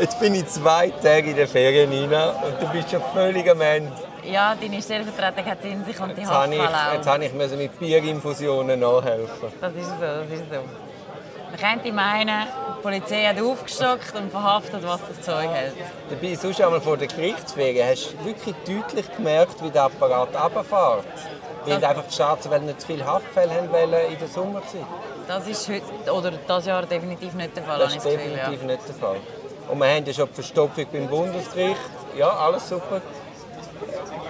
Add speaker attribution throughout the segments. Speaker 1: Jetzt bin ich zwei Tage in der Ferien rein und du bist schon völlig am Ende.
Speaker 2: Ja, deine Stellvertretung hat in sich und die
Speaker 1: Jetzt habe ich,
Speaker 2: Hafthalle
Speaker 1: jetzt
Speaker 2: auch.
Speaker 1: habe ich müssen mit Bierinfusionen nachhelfen.
Speaker 2: Das ist so, das ist so. Man könnte meinen, die Polizei hat aufgestockt und verhaftet, was das Zeug hält.
Speaker 1: Dabei, sonst einmal vor der Gerichtsferien, hast du wirklich deutlich gemerkt, wie der Apparat runterfährt. Weil
Speaker 2: Das-
Speaker 1: einfach die Staatsanwälte nicht zu viele Haftfälle haben wollen in der Sommerzeit.
Speaker 2: Das ist heute oder das Jahr definitiv nicht der Fall,
Speaker 1: Das
Speaker 2: habe ich
Speaker 1: ist
Speaker 2: das Gefühl. Ja.
Speaker 1: definitiv nicht der Fall. Und wir haben ja schon die Verstopfung beim Bundesgericht. Ja, alles super.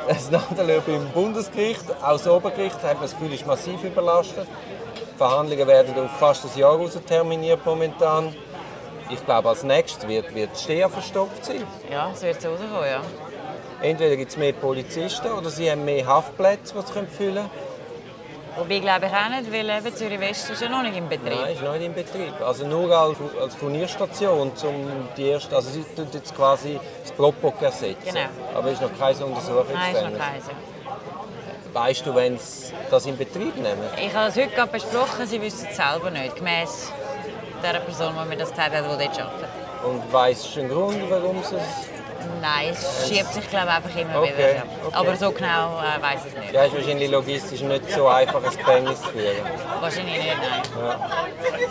Speaker 1: Das Nadelöhr beim Bundesgericht, auch das Obergericht, hat man das Gefühl, ist massiv überlastet. Die Verhandlungen werden auf fast ein Jahr raus terminiert momentan. Ich glaube, als nächstes wird, wird die Stea verstopft sein.
Speaker 2: ja, es wird so rauskommen, ja.
Speaker 1: Entweder gibt es mehr Polizisten oder sie haben mehr Haftplätze, die sie können füllen
Speaker 2: Wobei glaube ich auch nicht, weil eben Zürich West ist ja noch nicht im Betrieb.
Speaker 1: Nein, ist noch nicht in Betrieb. Also nur als, als Furnierstation, um die erste, also sie tut jetzt quasi das Propok ersetzen.
Speaker 2: Genau.
Speaker 1: Aber es ist noch keine Untersuchung
Speaker 2: Nein, ist noch
Speaker 1: gefällt.
Speaker 2: keine.
Speaker 1: Weißt du, wenn sie das in Betrieb nehmen?
Speaker 2: Ich habe es heute gerade besprochen, sie wissen es selber nicht, gemäss der Person, die mir das gesagt hat, die dort arbeitet.
Speaker 1: Und weißt du einen Grund, warum sie es...
Speaker 2: Nein, es schiebt sich glaube ich, einfach immer
Speaker 1: Okay,
Speaker 2: wieder. ja.
Speaker 1: okay.
Speaker 2: Aber so genau äh, weiß ich es nicht.
Speaker 1: Ja, ist wahrscheinlich logistisch nicht so einfach, ein Gefängnis zu führen.
Speaker 2: Wahrscheinlich nicht, nein.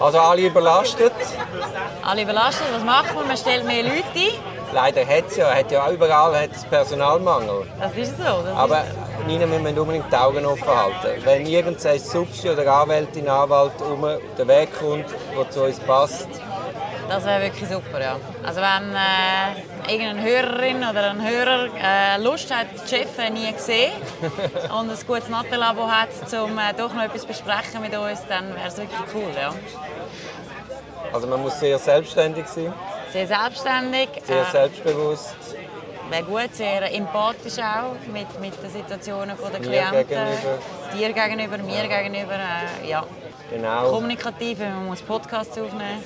Speaker 1: Also alle überlastet.
Speaker 2: Alle überlastet, was machen wir? Man stellt mehr Leute ein.
Speaker 1: Leider hat es ja, hat ja auch überall hat's Personalmangel.
Speaker 2: Das ist so. Das
Speaker 1: Aber Nina, wir müssen unbedingt die Augen offen halten. Wenn irgendein Substi oder Anwältin, Anwalt um den Weg kommt, der zu uns passt,
Speaker 2: ist- das wäre wirklich super, ja. Also wenn äh, irgendeine Hörerin oder ein Hörer äh, Lust hat, die Chefin nie gesehen und ein gutes Nattelabo hat, um äh, doch noch etwas besprechen mit uns, dann wäre es wirklich cool, ja.
Speaker 1: also man muss sehr selbstständig sein,
Speaker 2: Sehr selbstständig.
Speaker 1: sehr
Speaker 2: äh,
Speaker 1: selbstbewusst
Speaker 2: Wäre gut, sehr empathisch auch mit, mit den Situationen der
Speaker 1: Mir
Speaker 2: Klienten.
Speaker 1: gegenüber.
Speaker 2: Dir gegenüber, mir gegenüber. Äh, ja.
Speaker 1: genau.
Speaker 2: Kommunikativ, wenn man muss Podcasts aufnehmen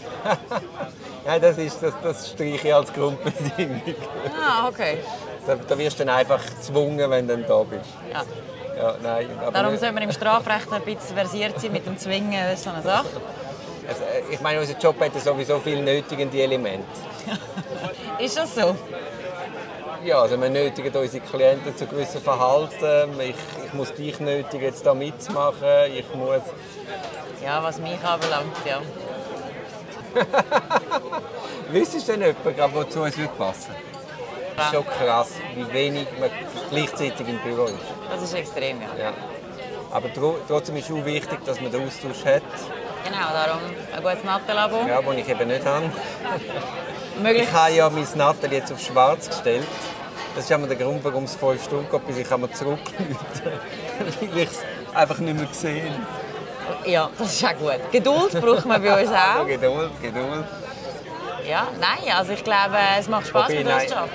Speaker 1: Nein, das ist das, das streiche ich als Grundbedingung.
Speaker 2: Ah, okay.
Speaker 1: Da, da wirst du dann einfach gezwungen, wenn du dann da bist.
Speaker 2: Ja.
Speaker 1: Ja, nein, aber
Speaker 2: Darum
Speaker 1: nicht-
Speaker 2: sollte man im Strafrecht ein bisschen versiert sein mit dem Zwingen, das ist so eine Sache.
Speaker 1: also, äh, ich meine, unser Job hat ja sowieso viele nötigende Elemente.
Speaker 2: Ist das so?
Speaker 1: Ja, also wir nötigen unsere Klienten zu gewissen Verhalten. Ich, ich muss dich nötigen, jetzt da mitzumachen. Ich muss
Speaker 2: Ja, was mich anbelangt, ja.
Speaker 1: Wüsstest du denn jemanden, gerade, der zu uns würde passen Es ist schon krass, wie wenig man gleichzeitig im Büro ist.
Speaker 2: Das ist extrem, ja.
Speaker 1: Ja. Aber tro trotzdem ist es auch wichtig, dass man den Austausch hat,
Speaker 2: Genau, darum ein gutes Nattelabo.
Speaker 1: ja, den ich eben nicht habe.
Speaker 2: Möglich.
Speaker 1: Ich habe ja mein Nattel jetzt auf schwarz gestellt. Das ist einmal der Grund, warum es fünf Stunden geht, bis ich einmal zurückrufe. Weil ich es einfach nicht mehr gesehen habe.
Speaker 2: Ja, das ist auch gut. Geduld braucht man bei uns
Speaker 1: Also
Speaker 2: auch.
Speaker 1: Geduld, Geduld.
Speaker 2: Ja, nein, also ich glaube, es macht Spaß
Speaker 1: Wobei,
Speaker 2: mit uns
Speaker 1: nein.
Speaker 2: zu arbeiten.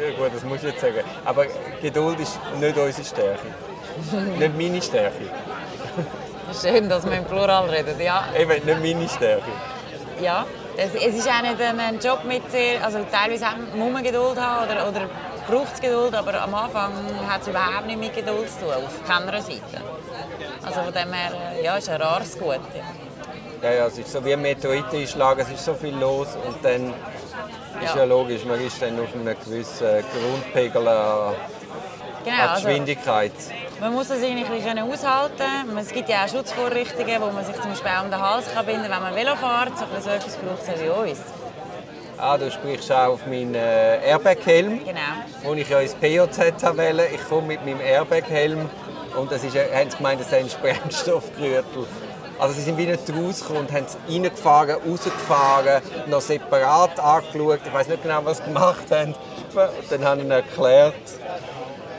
Speaker 1: Ja gut, das muss ich jetzt sagen. Aber Geduld ist nicht unsere Stärke. nicht meine Stärke.
Speaker 2: Schön, dass wir im Plural reden. Ja,
Speaker 1: Eben, nicht meine Stärke.
Speaker 2: ja. Es, es ist auch nicht ein, ein Job mit sehr, also teilweise haben- muss man Geduld haben oder, oder braucht es Geduld, aber am Anfang hat es überhaupt nicht mit Geduld zu tun, auf keiner Seite. Also von dem her, äh, ja, ist ein rares Gut.
Speaker 1: Ja, ja, es ist so wie ein Meteorit einschlagen, es ist so viel los und dann ist ja
Speaker 2: Ja.
Speaker 1: logisch, man ist dann auf einem gewissen Grundpegel an
Speaker 2: Genau,
Speaker 1: an
Speaker 2: also
Speaker 1: Geschwindigkeit.
Speaker 2: man muss das irgendwie ein bisschen aushalten. Es gibt ja auch Schutzvorrichtungen, wo man sich zum Beispiel um den Hals kann binden kann, wenn man Velo fährt. So ein bisschen so etwas braucht es auch bei uns.
Speaker 1: Ah, du sprichst auch auf meinen äh, Airbag-Helm,
Speaker 2: Genau.
Speaker 1: wo ich ja ins POZ habe wollen. Ich komme mit meinem Airbag-Helm und das ist, äh, haben sie gemeint, das sei ein Sprengstoffgürtel. Also sie sind wie nicht rausgekommen und haben es reingefahren, rausgefahren, noch separat angeschaut. Ich weiß nicht genau, was sie gemacht haben. Und dann habe ich ihnen erklärt,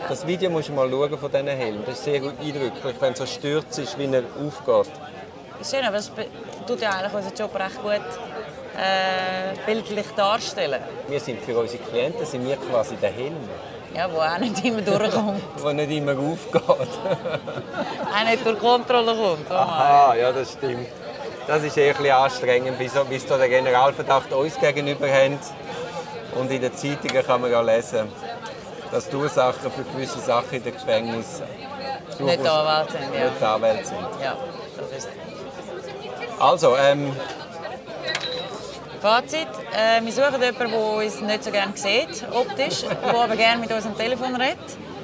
Speaker 1: Das Video musst du mal schauen von diesen Helmen. Das ist sehr gut eindrücklich, wenn so stürzt ist, wie er aufgeht.
Speaker 2: Schön, aber es be- tut ja eigentlich unseren Job recht gut äh, bildlich darstellen.
Speaker 1: Wir sind für unsere Klienten sind wir quasi der Helm,
Speaker 2: Ja, wo auch nicht immer durchkommt.
Speaker 1: der nicht immer aufgeht.
Speaker 2: auch nicht durch Kontrolle kommt. Aha.
Speaker 1: Ah, ja, das stimmt. Das ist eher ein bisschen anstrengend, bis, bis da der Generalverdacht uns gegenüber haben. Und in den Zeitungen kann man ja lesen, dass die Ursachen für gewisse Sachen in den Gefängnissen
Speaker 2: Nicht Anwälte sind, ja.
Speaker 1: nicht Anwälte sind.
Speaker 2: Ja, das ist
Speaker 1: Also, ähm,
Speaker 2: Fazit, äh, wir suchen jemanden, der uns nicht so gerne sieht, optisch, der aber gerne mit uns am Telefon redet.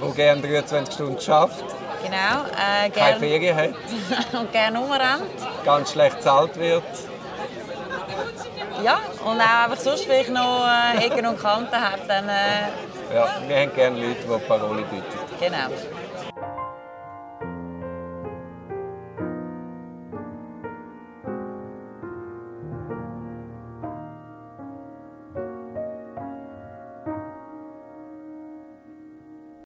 Speaker 1: der gerne 23 Stunden schafft,
Speaker 2: Genau. Äh,
Speaker 1: keine
Speaker 2: gern,
Speaker 1: Ferien hat,
Speaker 2: und gerne rumrennt.
Speaker 1: ganz schlecht bezahlt wird.
Speaker 2: Ja, und auch einfach sonst vielleicht noch äh, Ecken und Kanten hat. Dann, äh,
Speaker 1: Ja, wir haben gerne Leute, die Paroli bieten.
Speaker 2: genau.